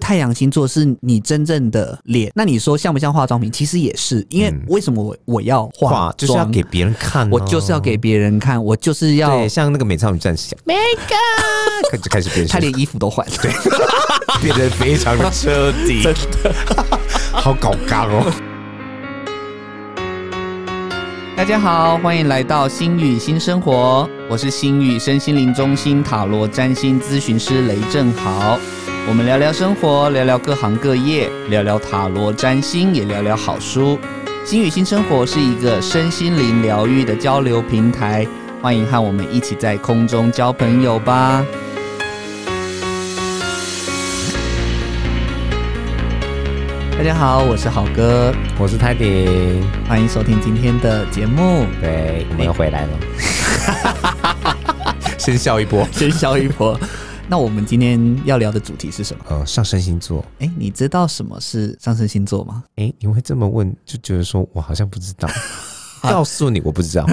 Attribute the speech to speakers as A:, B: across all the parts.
A: 太阳星座是你真正的脸，那你说像不像化妆品？其实也是，因为
B: 嗯
A: 为什么我我要化
B: 画
A: 妆？
B: 就是要给别人看、
A: 我就是要给。别人看，我就是要
B: 对，像那个美少女战士，
A: 每个，
B: 开就开始变
A: 他
B: 身，
A: 连衣服都换，对，
B: 变得非常的彻底， 真的，好搞刚哦。
A: 大家好，欢迎来到星语新生活，我是星语身心灵中心塔罗占星咨询师雷正豪。我们聊聊生活，聊聊各行各业，聊聊塔罗占星，也聊聊好书。星语新生活是一个身心灵疗愈的交流平台，欢迎和我们一起在空中交朋友吧。大家好，我是好哥，
B: 我是泰迪，
A: 欢迎收听今天的节目。
B: 对，我们又回来了， 先笑 一波。
A: 先笑一波。那我们今天要聊的主题是什么？
B: 呃，上升星座，
A: 哎、你知道什么是上升星座吗？
B: 哎、你会这么问，就觉得说我好像不知道。告诉你，我不知道。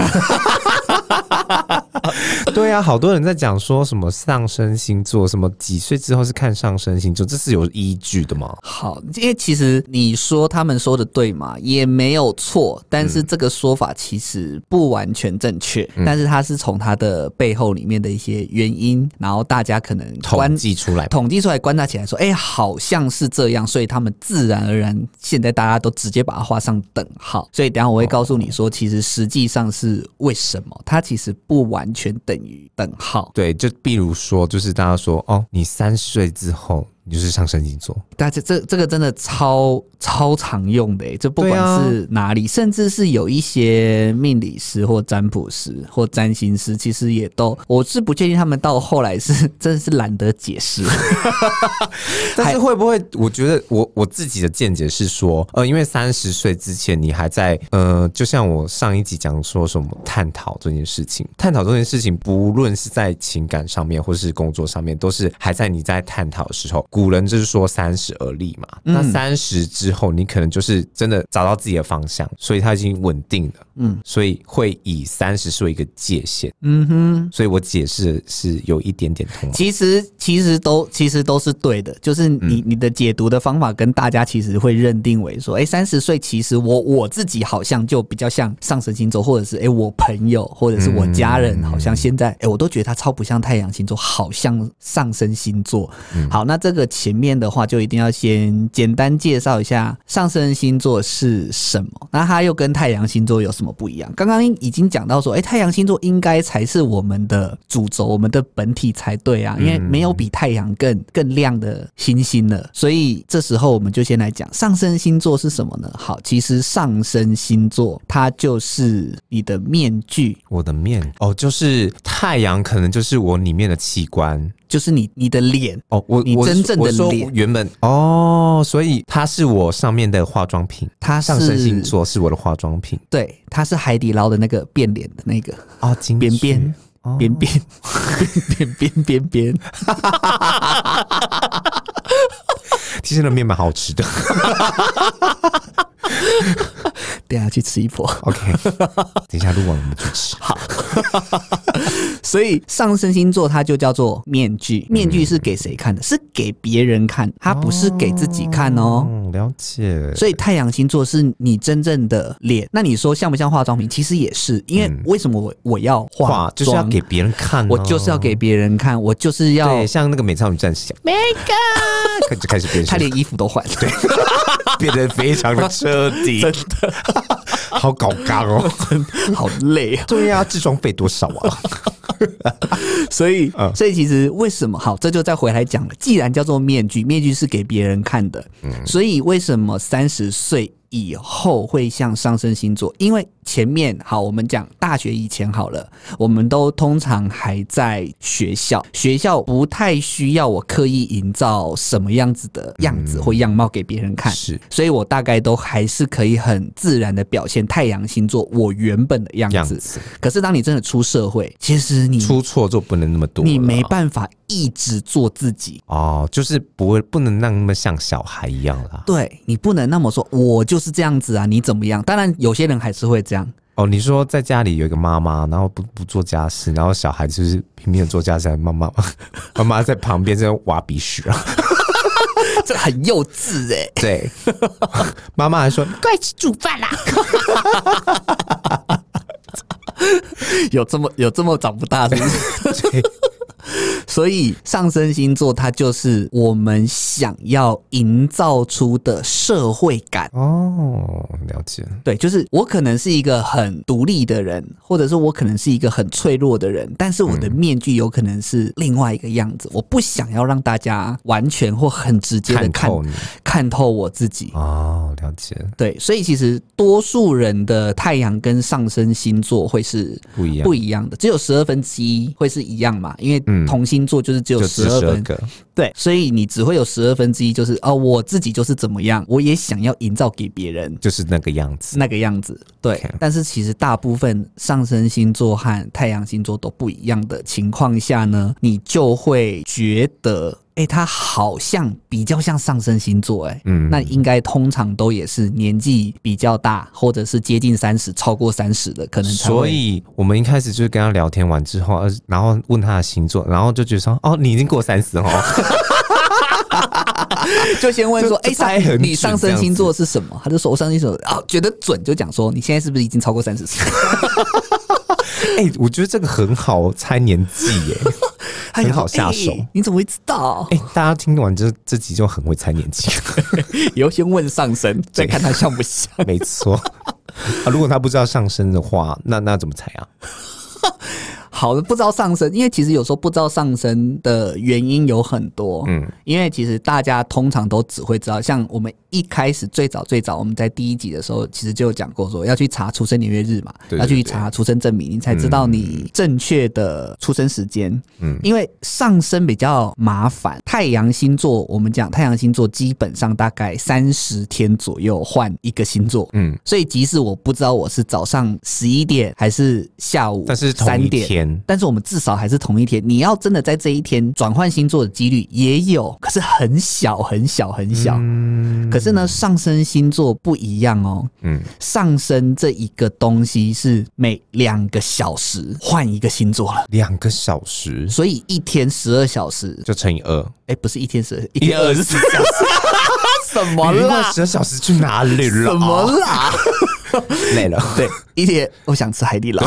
B: 对啊，好多人在讲说什么上升星座，什么几岁之后是看上升星座，这是有依据的吗？
A: 好，因为其实你说他们说的对嘛，也没有错，但
B: 嗯
A: 是这个说法其实不完全正确。但是它是从它的背后里面的一些原因，然后大家可能观
B: 统计出来
A: 统计出来观察起来说，哎、好像是这样，所以他们自然而然现在大家都直接把它画上等号。所以等一下我会告诉你说，其实实际上是为什么它其实不完全等于等号。
B: 对，就比如说，就是大家说哦，你三十岁之后你就是上升星座，
A: 大家这这个真的超超常用的、欸，这不管
B: 对啊
A: 是哪里，甚至是有一些命理师或占卜师或占星师，其实也都，我是不确定他们到后来是真的是懒得解 释。
B: 但是会不会？我觉得我我自己的见解是说，呃，因为三十岁之前你还在，呃，就像我上一集讲说什么探讨这件事情，探讨这件事情，不论是在情感上面或是工作上面，都是还在你在探讨的时候。古人就是说三十而立嘛，那三十之后你可能就是真的找到自己的方向，所以它已经稳定了，嗯，所以会以三十是为一个界限，
A: 嗯哼。
B: 所以我解释是有一点点通。
A: 其实其实都其实都是对的，就是你、你的解读的方法跟大家其实会认定为说，哎、3三十岁其实我我自己好像就比较像上升星座，或者是哎、诶我朋友或者是我家人，好像现在哎、诶我都觉得他超不像太阳星座，好像上升星座。好，那这个前面的话就一定要先简单介绍一下上升星座是什么，那它又跟太阳星座有什么不一样？刚刚已经讲到说，哎、太阳星座应该才是我们的主轴，我们的本体才对啊，因为没有比太阳更更亮的星星了。所以这时候我们就先来讲上升星座是什么呢？好，其实上升星座它就是你的面具，
B: 我的面哦，就是太阳，可能就是我里面的器官
A: 就是你你的脸。
B: 哦。我
A: 你
B: 我
A: 真正的
B: 我说
A: 脸
B: 原本哦，所以它是我上面的化妆品，
A: 它是
B: 上升星座是我的化妆品
A: 对，它是海底捞的那个变脸的那个，
B: 哦，金
A: 扁
B: 曲
A: 扁
B: 哦
A: 边边边边边边，
B: 其实那面蛮好吃的。
A: 等一下去吃一波。
B: OK，等一下录完我们去吃。
A: 所以上升星座它就叫做面具，面
B: 嗯
A: 具是给谁看的？是给别人看，它不是给自己看哦。
B: 嗯，了解。
A: 所以太阳星座是你真正的脸，那你说像不像化妆品？其实也是，因为为什么我我要化
B: 画
A: 妆？
B: 嗯就是要给别人看、哦
A: 我就是要。给别人看，我就是要
B: 对，像那个美少女战士，
A: 每个，
B: 开 就开始变身
A: 他连衣服都换， 对，
B: 变得非常的彻 底，真的， 好搞刚哦。
A: 啊好累啊。
B: 对呀、置装费多少啊？
A: 所以，
B: 嗯
A: 所以其实为什么好，这就再回来讲了。既然叫做面具，面具是给别人看的，
B: 嗯
A: 所以为什么三十岁以后会像上升星座？因为前面好，我们讲大学以前好了，我们都通常还在学校，学校不太需要我刻意营造什么样子
B: 嗯
A: 的样子或样貌给别人看，
B: 是
A: 所以我大概都还是可以很自然的表现太阳星座我原本的样子。
B: 样子，
A: 可是当你真的出社会，其实你
B: 出错就不能那么多了，
A: 你没办法一直做自己。
B: 哦，就是不会不能让那么像小孩一样啦。
A: 对你不能那么说，我就是这样子啊，你怎么样？当然，有些人还是会这样，
B: 哦，你说在家里有一个妈妈，然后不不做家事，然后小孩 就是拼命的做家事，妈妈妈妈在旁边在挖鼻屎啊，
A: 这很幼稚哎、
B: 对， 妈妈还说快去煮饭啦。
A: 有这么有这么长不大是不是？
B: 对
A: 所以上升星座它就是我们想要营造出的社会感。
B: 哦，了解。
A: 对，就是我可能是一个很独立的人，或者是我可能是一个很脆弱的人，但是我
B: 嗯
A: 的面具有可能是另外一个样子。我不想要让大家完全或很直接的看
B: 看透你
A: 看透我自己。
B: 哦，了解，
A: 对，所以其实多数人的太阳跟上升星座会是
B: 不一样，
A: 不一样的，只有十二分之一会是一样嘛，因为
B: 嗯
A: 同星座就是只有
B: 就
A: 十
B: 十
A: 二
B: 二
A: 分，
B: 个。
A: 对，所以你只会有十二分之一，就是哦，我自己就是怎么样，我也想要营造给别人
B: 就是那个样子。
A: 那个样子，对。
B: OK
A: 但是其实大部分上升星座和太阳星座都不一样的情况下呢，你就会觉得。哎、他好像比较像上升星座、诶哎，
B: 嗯
A: 那应该通常都也是年纪比较大，或者是接近三十、超过三十的，可能才会
B: 所以我们一开始就是跟他聊天完之后，呃然后问他的星座，然后就觉得说，哦，你已经过三 十哦，
A: 就先问说，
B: 就
A: 哎、上
B: 猜很准
A: 你上升星座是什么？他就说我上升星座啊，觉得准就讲说你现在是不是已经超过三十岁？
B: 哎、我觉得这个很好猜年纪 耶。
A: 他就说
B: 很好下手
A: 哎你怎么会知道？
B: 哎、大家听完这这集就很会猜年 纪，
A: 以后先问上升，再看他像不像。
B: 没错。啊，如果他不知道上升的话，那那怎么猜啊？
A: 好的，不知道上升，因为其实有时候不知道上升的原因有很多。嗯，因为其实大家通常都只会知道，像我们一开始最早最早我们在第一集的时候，其实就有讲过说要去查出生年月日嘛，
B: 对对
A: 要去查出生证明，你才知道你正确的出生时间。嗯，因为上升比较麻烦，太阳星座我们讲太阳星座基本上大概三十天左右换一个星座。嗯
B: 嗯，
A: 所以即使我不知道我是早上十一点还是下午
B: 但是同
A: 三
B: 一
A: 点。
B: 天，
A: 但是我们至少还是同一天。你要真的在这一天转换星座的几率也有，可是很小很小很小。
B: 嗯
A: 可是呢，上升星座不一样哦。
B: 嗯，
A: 上升这一个东西是每两个小时换一个星座了，
B: 两个小时
A: 所以一天十二小时，
B: 就乘以二，
A: 哎、不是一天十二，一
B: 一
A: 天
B: 天二十四小时，
A: 什么
B: 你那
A: 啦？
B: 十二小时去哪里了？哦
A: 什么 啦？
B: 累了？
A: 对，一天我想吃海底捞。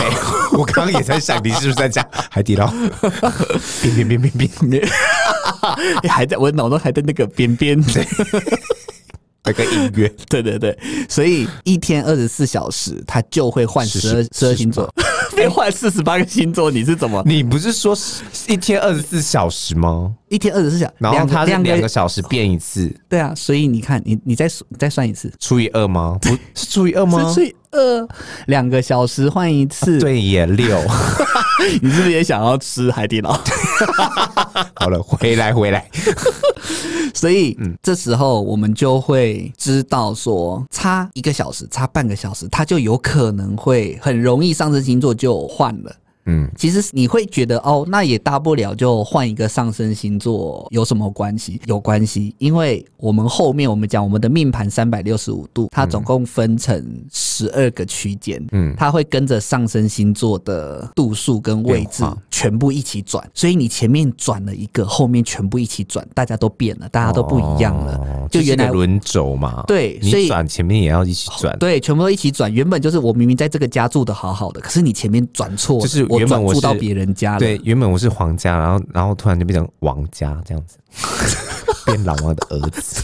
B: 我刚刚也在想，你是不是在讲海 底捞？冰冰冰冰冰，
A: 哎还在我脑中还在那个边边。
B: 那个音乐
A: 对对对，所以一天二十四小时，它就会换十二
B: 40
A: 十二星座， 被换四十八个星座，你是怎么？
B: 你不是说一天二十四小时吗？
A: 一天二十四小时，
B: 然后
A: 两个
B: 它是
A: 两
B: 两个小时变一次，
A: 对啊，所以你看，你你再数你再算一次，
B: 除以二吗？不是除以二
A: 是
B: 吗？
A: 所以呃，两个小时换一次，，
B: 对耶，六。
A: 你是不是也想要吃海底捞？
B: 好了，回来回来，
A: 所以，这时候我们就会知道说，差一个小时，差半个小时，它就有可能会很容易上升星座就换了。
B: 嗯，
A: 其实你会觉得哦，那也大不了就换一个上升星座有什么关系？有关系，因为我们后面我们讲我们的命盘三百六十五度，它总共分成十二个区间，嗯，它会跟着上升星座的度数跟位置
B: 变化
A: 全部一起转，所以你前面转了一个，后面全部一起转，大家都变了，大家都不一样了，
B: 哦
A: 就
B: 就是一
A: 原
B: 个
A: 来。
B: 轮轴嘛。
A: 对所以
B: 你转前面也要一起转。
A: 对，全部都一起转。原本就是我明明在这个家住的好好的，可是你前面转错了，
B: 就是
A: 我
B: 原
A: 转
B: 本我
A: 住到
B: 是
A: 别人家了。
B: 对，原本我是皇家，然后然后突然就变成王家这样子， 变老王的儿子。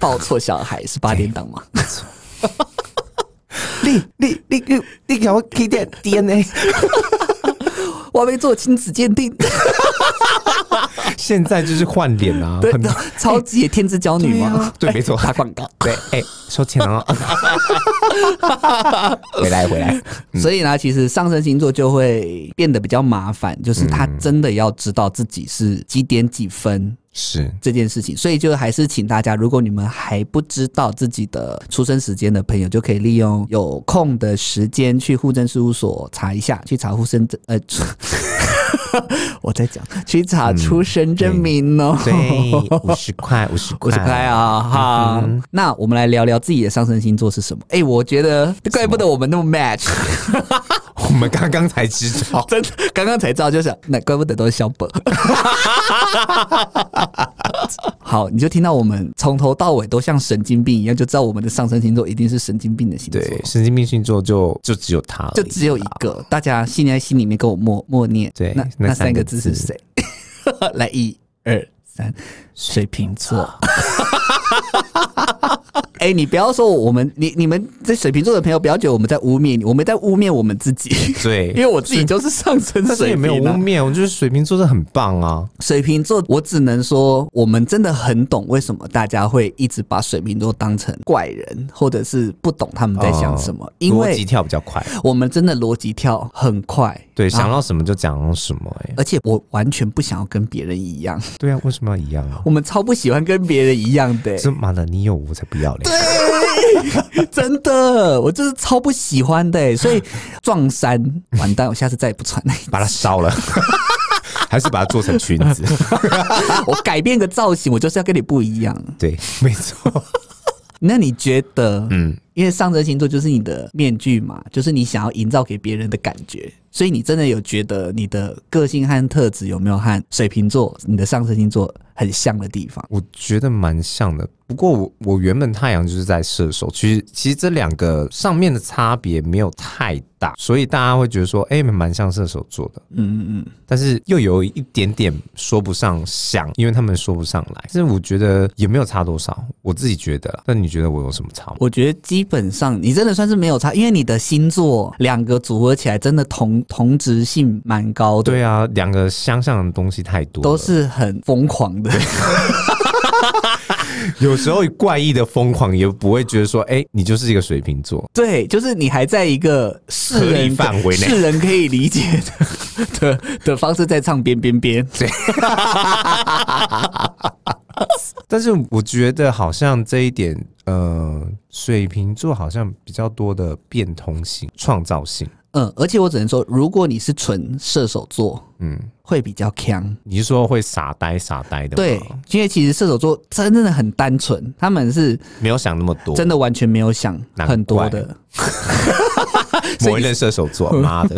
A: 抱错小孩是八点档吗？
B: 你你你你你给我给点 DNA。
A: 我还没做亲子鉴定，
B: 现在就是换脸啊，
A: 对
B: 很，
A: 超级野天之娇女
B: 对
A: 吗
B: 啊？对没错
A: 打广告。
B: 对，哎、收钱了哦。 回来回来，
A: 所以呢，其实上升星座就会变得比较麻烦，就是他真的要知道自己是几点几分。
B: 是
A: 这件事情，所以就还是请大家，如果你们还不知道自己的出生时间的朋友，就可以利用有空的时间去户政事务所查一下，去查户生证，呃，出 我在讲，去查出生证明哦。
B: 嗯对，五十块，五十
A: 五十块！啊，哈、那我们来聊聊自己的上升星座是什么？哎、我觉得怪不得我们那么 match，。
B: 们刚刚才知道
A: 真的，刚刚才知道，就想，那怪不得都是小本。 好，你就听到我们从头到尾都像神经病一样，就知道我们的上升星座一定是神经病的星座，
B: 对，神经病星座就就只有他而已，
A: 就只有一个。大家现在心里面跟我默默念，
B: 哦对
A: 那
B: 那
A: 那
B: 三
A: 三
B: 个
A: 个字是
B: 字
A: 谁？ 来，一二三，水瓶座。 哎、你不要说我们，你你们这水瓶座的朋友，不要觉得我们在污蔑你，我们在污蔑我们自己，因
B: 对。
A: 为我自己就是上升
B: 但是
A: 水
B: 也
A: 瓶、啊，
B: 没有污蔑，我觉得水瓶座是很棒啊。
A: 水瓶座，我只能说，我们真的很懂为什么大家会一直把水瓶座当成怪人，或者是不懂他们在想什么，因
B: 哦逻辑
A: 为啊
B: 跳比较快，
A: 我们真的逻辑跳很快。
B: 对，
A: 然后
B: 想到什么就讲什么、哎、
A: 而且我完全不想要跟别人一样，
B: 对啊，为什么要一样啊？
A: 我们超不喜欢跟别人一样的、
B: 这妈的，你有我才不要嘞！
A: 真的，我就是超不喜欢的、欸所以撞衫完蛋，我下次再也不穿那一
B: 把它 烧了，还是把它做成裙子？
A: 件，我改变个造型，我就是要跟你不一样。
B: 对，没错。
A: 那你觉得，
B: 嗯
A: 嗯，因为上升星座就是你的面具嘛，就是你想要营造给别人的感觉，所以你真的有觉得你的个性和特质有没有和水瓶座、你的上升星座很像的地方？
B: 我觉得蛮像的。不过我我原本太阳就是在射手，其实其实这两个上面的差别没有太大，所以大家会觉得说，哎、蛮像射手座的，
A: 嗯嗯嗯，
B: 但是又有一点点说不上像，因为他们说不上来。但是我觉得也没有差多少，我自己觉得啦。那你觉得我有什么差吗？
A: 我觉得基本上你真的算是没有差，因为你的星座两个组合起来真的同同质性蛮高的，
B: 对啊，两个相像的东西太多了，
A: 都是很疯狂的。
B: 有时候怪异的疯狂，也不会觉得说，哎、你就是一个水瓶座。
A: 对，就是你还在一个世
B: 合理
A: 人
B: 范围内
A: 世人可以理解的的的方式在唱边边边。
B: 但是我觉得好像这一点，呃，水瓶座好像比较多的变通性、创造性。
A: 嗯，而且我只能说，如果你是纯射手座，
B: 嗯，
A: 会比较强。
B: 你是说会傻呆傻呆的吗？
A: 对，因为其实射手座真的很单纯，他们是
B: 没有想那么多，
A: 真的完全没有想
B: 难怪
A: 很多的。
B: 某一任射手 座，妈的！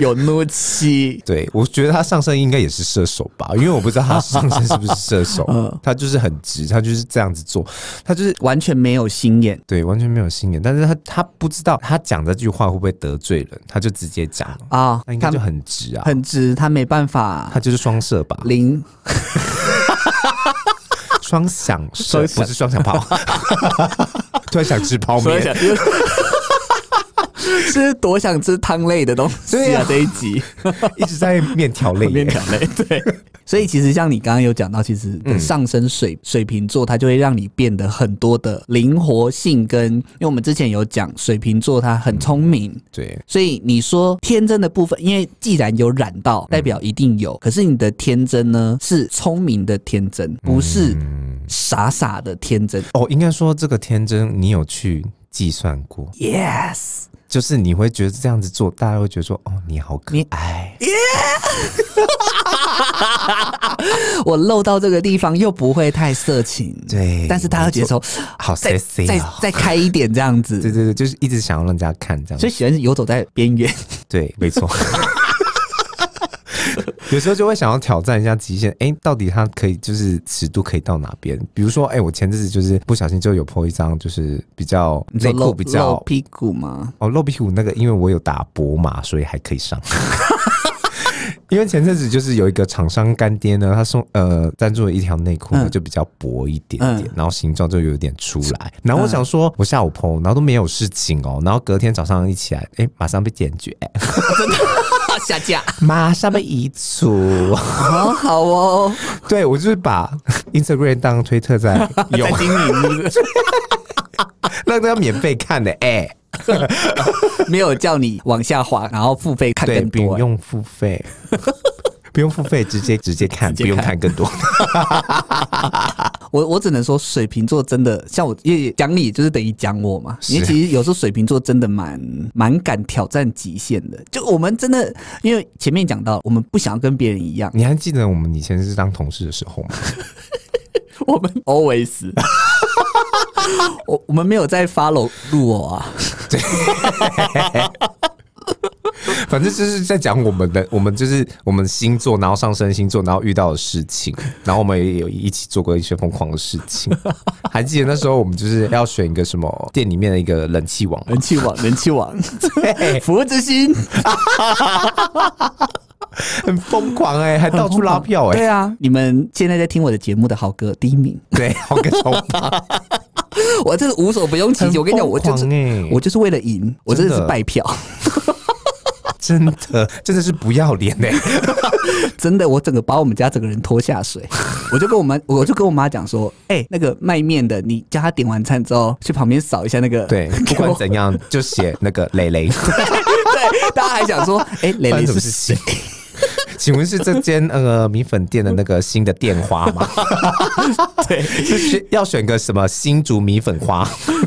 A: 有怒气，
B: 对，我觉得他上身应该也是射手吧，因为我不知道他上身是不是射 手，
A: 嗯
B: 他就是很直，他就是这样子做，他就是
A: 完全没有心眼。
B: 对完全没有心眼，但是他他不知道他讲这句话会不会得罪人，他就直接讲了，
A: 啊
B: 他应，该
A: 他
B: 就很直啊，
A: 很直，他没办法
B: 他就是双射吧，
A: 零
B: 双响
A: 双
B: 射
A: 响
B: 不是双响炮， 突然想吃泡面，
A: 是多想吃汤类的东西
B: 对
A: 啊
B: 啊！
A: 这一集
B: 一直在 面条类
A: 面
B: 耶，
A: 条类，对。所以其实像你刚刚有讲到，其实的上升水、水瓶座，它就会让你变得很多的灵活性跟，因为我们之前有讲水瓶座它很聪明。
B: 对，
A: 所以你说天真的部分，因为既然有染到，代表一定有。可是你的天真呢，是聪明的天真，不是傻傻的天真。
B: 哦，应该说这个天真，你有去计算过，
A: Yes，
B: 就是你会觉得这样子做，大家会觉得说，哦，你好可爱，
A: 我漏到这个地方又不会太色情，
B: 对
A: 但是大家会觉得说，
B: 好
A: 再
B: sexy
A: 再
B: 哦
A: 再开一点这样 子，
B: 对对对，就是一直想要让人家看这
A: 所
B: 样子，
A: 以喜欢游走在边缘。
B: 对，没错。 有时候就会想要挑战一下极限，哎、到底它可以就是尺度可以到哪边？比如说，哎、我前阵子就是不小心就有 po 一张，就是比较
A: 你
B: 内
A: 说
B: 裤
A: 露
B: 比较
A: 露屁股 吗？
B: 哦，露屁股那个，因为我有打薄码，所以还可以上。 因为前阵子就是有一个厂商干爹呢，他送呃赞助了一条内裤呢，
A: 嗯
B: 就比较薄一点点，
A: 嗯
B: 然后形状就有点出来。然后我想说，我下午剖，然后都没有事情哦，然后隔天早上一起来，哎、马上被检举，哎
A: 下架，
B: 马上被移除。
A: 好好哦，
B: 对我就是把 Instagram 当推特在用
A: 在，经营是
B: 让大家免费看的，哎、
A: 不是没有叫你往下滑，然后付 费看
B: 对，
A: 更
B: 不
A: 多。
B: 用付费， 不用付费，直接直接看，
A: 接
B: 不用
A: 看
B: 看更多。
A: 我我只能说，水瓶座真的像我，因为讲你就是等于讲我嘛。
B: 是
A: 因为其实有时候水瓶座真的蛮蛮敢挑战极限的。就我们真的，因为前面讲到，我们不想要跟别人一样，
B: 你还记得我们以前是当同事的时候吗？
A: 我们 always，我我们没有在 follow 路我啊。
B: 对，反正就是在讲我们的， 我们就是我们星座，然后上升星座，然后遇到的事情，然后我们也有一起做过一些疯狂的事 情。还记得那时候我们就是要选一个什么店里面的一个人气王吗，
A: 人气 王，人气王， 服务之星，
B: 很疯狂哎、还 到处拉票哎、
A: 对啊，你们现在在听我的节目的豪哥第一名，
B: 对，啊好个丑八，
A: 我这个无所不用其极。我跟你讲，我就是
B: 很疯狂欸
A: 我就是为了赢，我真的是
B: 真的
A: 拜票，
B: 真的真的是不要脸哎、
A: 真的，我整个把我们家整个人拖下 水。我就跟我妈，我就跟我妈讲说，哎、那个卖面的，你叫他点完餐之后去旁边扫一下那个，
B: 对，不管怎样就写那个蕾 蕾。
A: 对，大家还想说，哎、蕾
B: 发
A: 蕾
B: 生什
A: 是
B: 么
A: 谁
B: 事情？ 请问是这间那个米粉店的那个新的店花吗？
A: 对，
B: 是选要选个什么新竹米 粉花？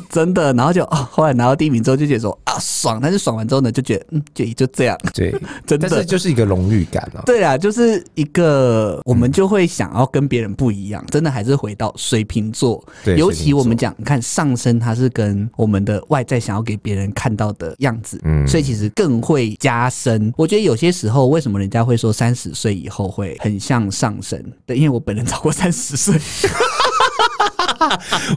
A: 真的，然后就啊、后来拿到第一名之后就觉得说啊爽，但是爽完之后呢，就觉得嗯，就也就这样。
B: 对，
A: 真的
B: 但是就是一个荣誉感啊。
A: 对啊，就是一个我们就会想要跟别人不一样，真的还是回到水瓶座。
B: 对
A: 尤
B: 水
A: 其
B: 瓶座
A: 我们讲，你看上升它是跟我们的外在想要给别人看到的样子，
B: 嗯
A: 所以其实更会加深。我觉得有些时候，为什么人家会说三十岁以后会很像上升？对，因为我本人超过三十岁，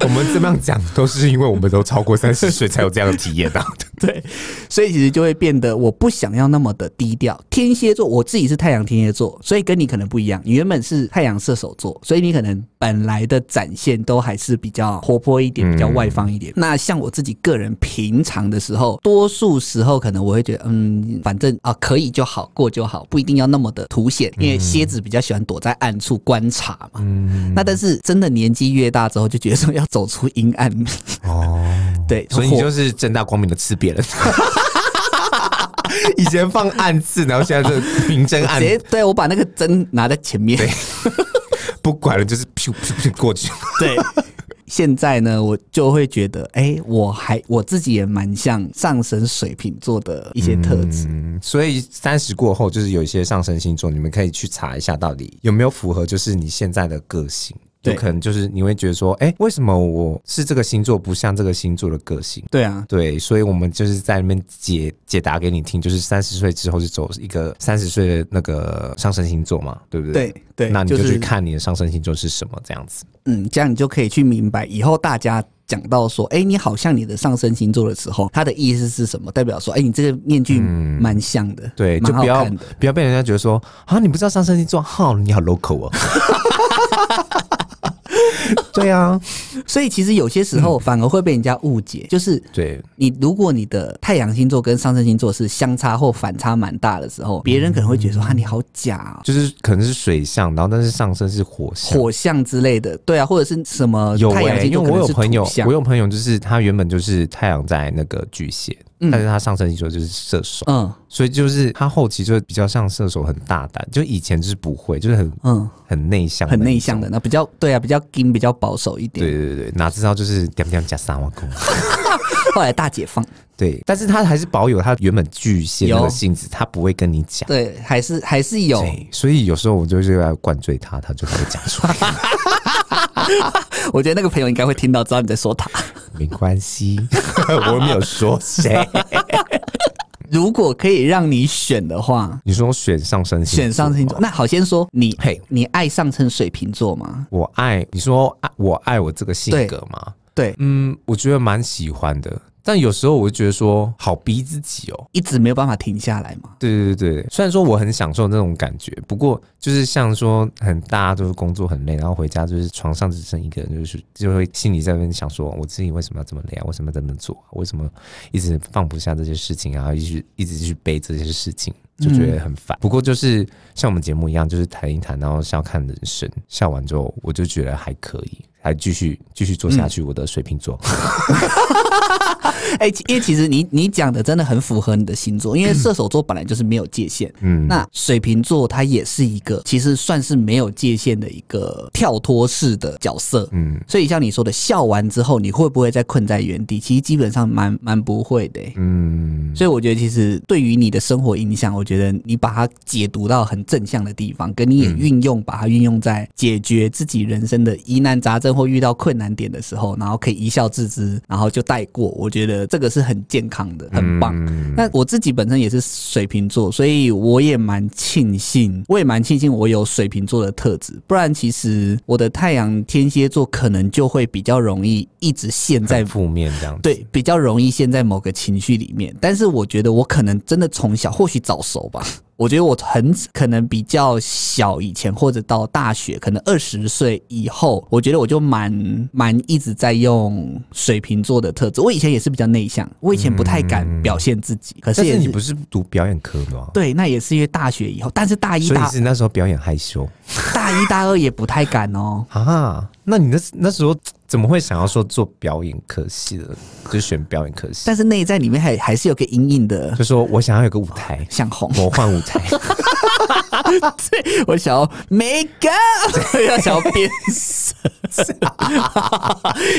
B: 我们这么样讲，都是因为我们都超过三十岁才有这样的体验 啊。
A: 对，所以其实就会变得我不想要那么的低调。天蝎座，我自己是太阳天蝎座，所以跟你可能不一样。你原本是太阳射手座，所以你可能本来的展现都还是比较活泼一点，比较外放一
B: 嗯
A: 点。那像我自己个人平常的时候，多数时候可能我会觉得，嗯，反正啊可以就好，过就好，不一定要那么的凸显，因为蝎子比较喜欢躲在暗处观察嘛。
B: 嗯，
A: 那但是真的年纪越大之后，就觉得说要走出阴暗，
B: 哦，
A: 对，
B: 所以你
A: 火
B: 就是正大光明的刺别人。 以前放暗刺，然后现在就明争暗
A: 直，接对我把那个针拿在前面。
B: 不管了，就是噗噗噗过去。
A: 对。 现在呢，我就会觉得，哎、我还我自己也蛮像上升水瓶座的一些特质。
B: 嗯，所以三十过后，就是有一些上升星座，你们可以去查一下，到底有没有符合就是你现在的个性。
A: 对
B: 有可能就是你会觉得说，哎、为什么我是这个星座，不像这个星座的个性？
A: 对啊，
B: 对，所以我们就是在那边解解答给你听，就是三十岁之后是走一个三十岁的那个上升星座嘛，对不对？
A: 对对，
B: 那你
A: 就
B: 就是去看你的上升星座是什么这样子。
A: 嗯，这样你就可以去明白，以后大家讲到说，哎、你好像你的上升星座的时候，它的意思是什么？代表说，哎、你这个面具蛮像的，
B: 嗯对，就
A: 蛮好
B: 不要
A: 看的。
B: 不要被人家觉得说啊，你不知道上升星座，哈、你好 local 哦。 对啊，
A: 所以其实有些时
B: 嗯
A: 候反而会被人家误解，就是
B: 对，
A: 你如果你的太阳星座跟上升星座是相差或反差蛮大的时候，别人可能会
B: 嗯
A: 觉得说啊，你好假、哦，
B: 就是可能是水象，然后但是上升是火象。
A: 火象之类的，对啊，或者是什么
B: 有
A: 太阳
B: 欸
A: 星
B: 因
A: 座
B: 为
A: 可
B: 我
A: 能
B: 有
A: 是
B: 朋友
A: 土，象
B: 我有朋友就是他原本就是太阳在那个巨蟹，
A: 嗯
B: 但是他上升星座就是射手，
A: 嗯
B: 所以就是他后期就会比较像射手，很大胆。就以前就是不会，就是很
A: 嗯，
B: 很内向，
A: 很内向的，。那比较对啊，比较硬，比较保守一
B: 对
A: 点。
B: 对对，哪知道就是点点加三万公。
A: 后来大解放，
B: 对，但是他还是保有他原本巨蟹那个性质，他不会跟你讲。
A: 对，还是还是有。
B: 对，所以有时候我就是要灌醉他，他就不会讲出来。
A: 我觉得那个朋友应该会听到，知道你在说 他。
B: 没关系， 我没有说谁。
A: 如果可以让你选的话，
B: 你说选上升星座
A: 选上升星座，
B: 吗，
A: 那好，先说你
B: 嘿，
A: 你爱上升水瓶座吗？
B: 我爱你说爱我爱我这个性格吗？
A: 对，
B: 嗯，我觉得蛮喜欢的，但有时候我就觉得说好逼自己哦。
A: 一直没有办法停下来嘛。
B: 对对对对，虽然说我很享受那种感觉，不过就是像说很大家就是工作很累，然后回家就是床上只剩一个人，就是就会心里在那边想说，我自己为什么要这么累啊？为什么要这么做、啊？为什么一直放不下这些事情啊？一直一直去背这些事情，就觉得很烦。不过就是像我们节目一样，就是谈一谈，然后笑看人生，笑完之后我就觉得还可以。还继续继续做下去，我的水瓶座，
A: 哎、其因为其实你你讲的真的很符合你的星座，因为射手座本来就是没有界限，
B: 嗯，
A: 那水瓶座它也是一个其实算是没有界限的一个跳脱式的角色。
B: 嗯
A: 所以像你说的，笑完之后你会不会再困在原地？其实基本上蛮蛮不会的欸、
B: 嗯，
A: 所以我觉得，其实对于你的生活影响，我觉得你把它解读到很正向的地方，跟你也运用，把它运用在解决自己人生的疑难杂症或遇到困难点的时候，然后可以一笑置之，然后就带过。我觉觉得这个是很健康的，很棒。
B: 嗯
A: 那我自己本身也是水瓶座，所以我也蛮庆幸，我也蛮庆幸我有水瓶座的特质，不然其实我的太阳天蝎座可能就会比较容易一直陷在
B: 很负面这样子，
A: 对，比较容易陷在某个情绪里面。但是我觉得我可能真的从小，或许早熟吧。我觉得我很可能比较小以前，或者到大学，可能二十岁以后，我觉得我就蛮蛮一直在用水瓶座的特质。我以前也是比较内向，我以前不太敢表现自己，可是
B: 嗯但
A: 也
B: 是
A: 是
B: 你不是读表演科的吗？
A: 对，那也是因为大学以后，但是大一
B: 所以
A: 大
B: 是那时候表演害羞
A: 大一大二也不太敢哦。
B: 啊？那你那那时候怎么会想要说做表演科系的？就选表演科系，
A: 但是内在里面还还是有个隐隐的，
B: 就说我想要有个舞台
A: 想红。
B: 魔幻舞台。
A: 我想要 make up，要想要变身，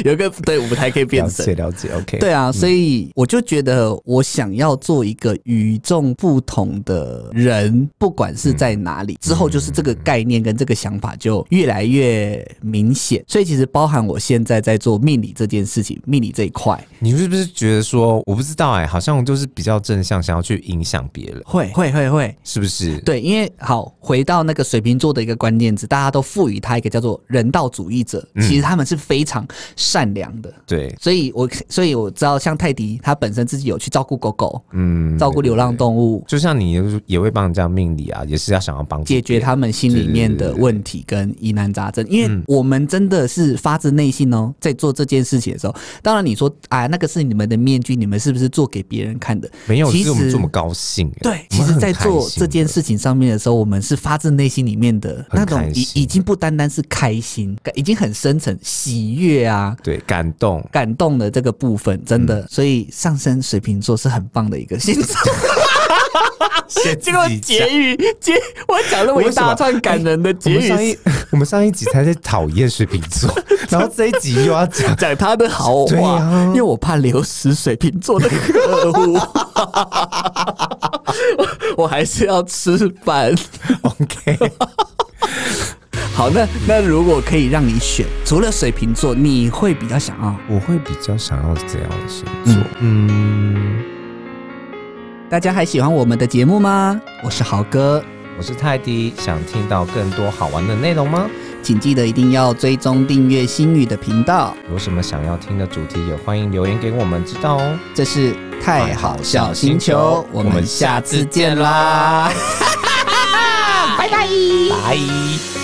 A: 有个对舞台可以 变
B: 了
A: 身
B: 解。了解，OK。
A: 对啊，所以我就觉得我想要做一个与众不同的人，不管是在哪里。之后就是这个概念跟这个想法就越来越明显。所以其实包含我现在在做命理这件事情，命理这一块
B: 你是不是觉得说，我不知道哎、好像就是比较正向，想要去影响别人，
A: 会会会会。
B: 是不是？
A: 对，因为好回到那个水瓶座的一个关键字，大家都赋予他一个叫做人道主义者，其实他们是非常善良的。
B: 对，
A: 所以我，所以我知道，像泰迪他本身自己有去照顾狗狗，
B: 嗯，
A: 照顾流浪动物，
B: 就像你也会帮人家命理啊，也是要想要帮助
A: 解决他们心里面的问题跟疑难杂症。因为我们真的是发自内心哦，在做这件事情的时候，当然你说啊，那个是你们的面具，你们是不是做给别人看的？
B: 没有，
A: 其
B: 是我们
A: 实
B: 这么高兴、欸。
A: 对，
B: 我
A: 其
B: 们
A: 实，
B: 很
A: 在
B: 开
A: 做
B: 心
A: 这件
B: 的
A: 事情上面的时候，我们是发自内心里面的
B: 很
A: 那种
B: 开
A: 已
B: 心
A: 已经不单单是开心，已经很深层喜悦啊、
B: 对感动，
A: 感动的这个部分，真
B: 嗯
A: 的，所以上升水瓶座是很棒的一个星 座。 结果结语结，我讲了我一大串感人的
B: 我
A: 结
B: 们
A: 语，
B: 上一我们上一集才在讨厌水瓶座，然后这一集又要 讲，
A: 讲他的好
B: 对
A: 话，
B: 啊
A: 因为我怕流失水瓶座的客 户，我我还是要吃饭。OK，好，那那如果可以让你选，除了水瓶座，你会比较想要？
B: 我会比较想要怎样的星座？嗯，
A: 大家还喜欢我们的节目吗？我是豪哥，
B: 我是泰迪，想听到更多好玩的内容吗？
A: 请记得一定要追踪订阅星宇的频道，
B: 有什么想要听的主题，也欢迎留言给我们知道哦。
A: 这是太好笑星球，我们下次见啦。
B: 拜拜，拜。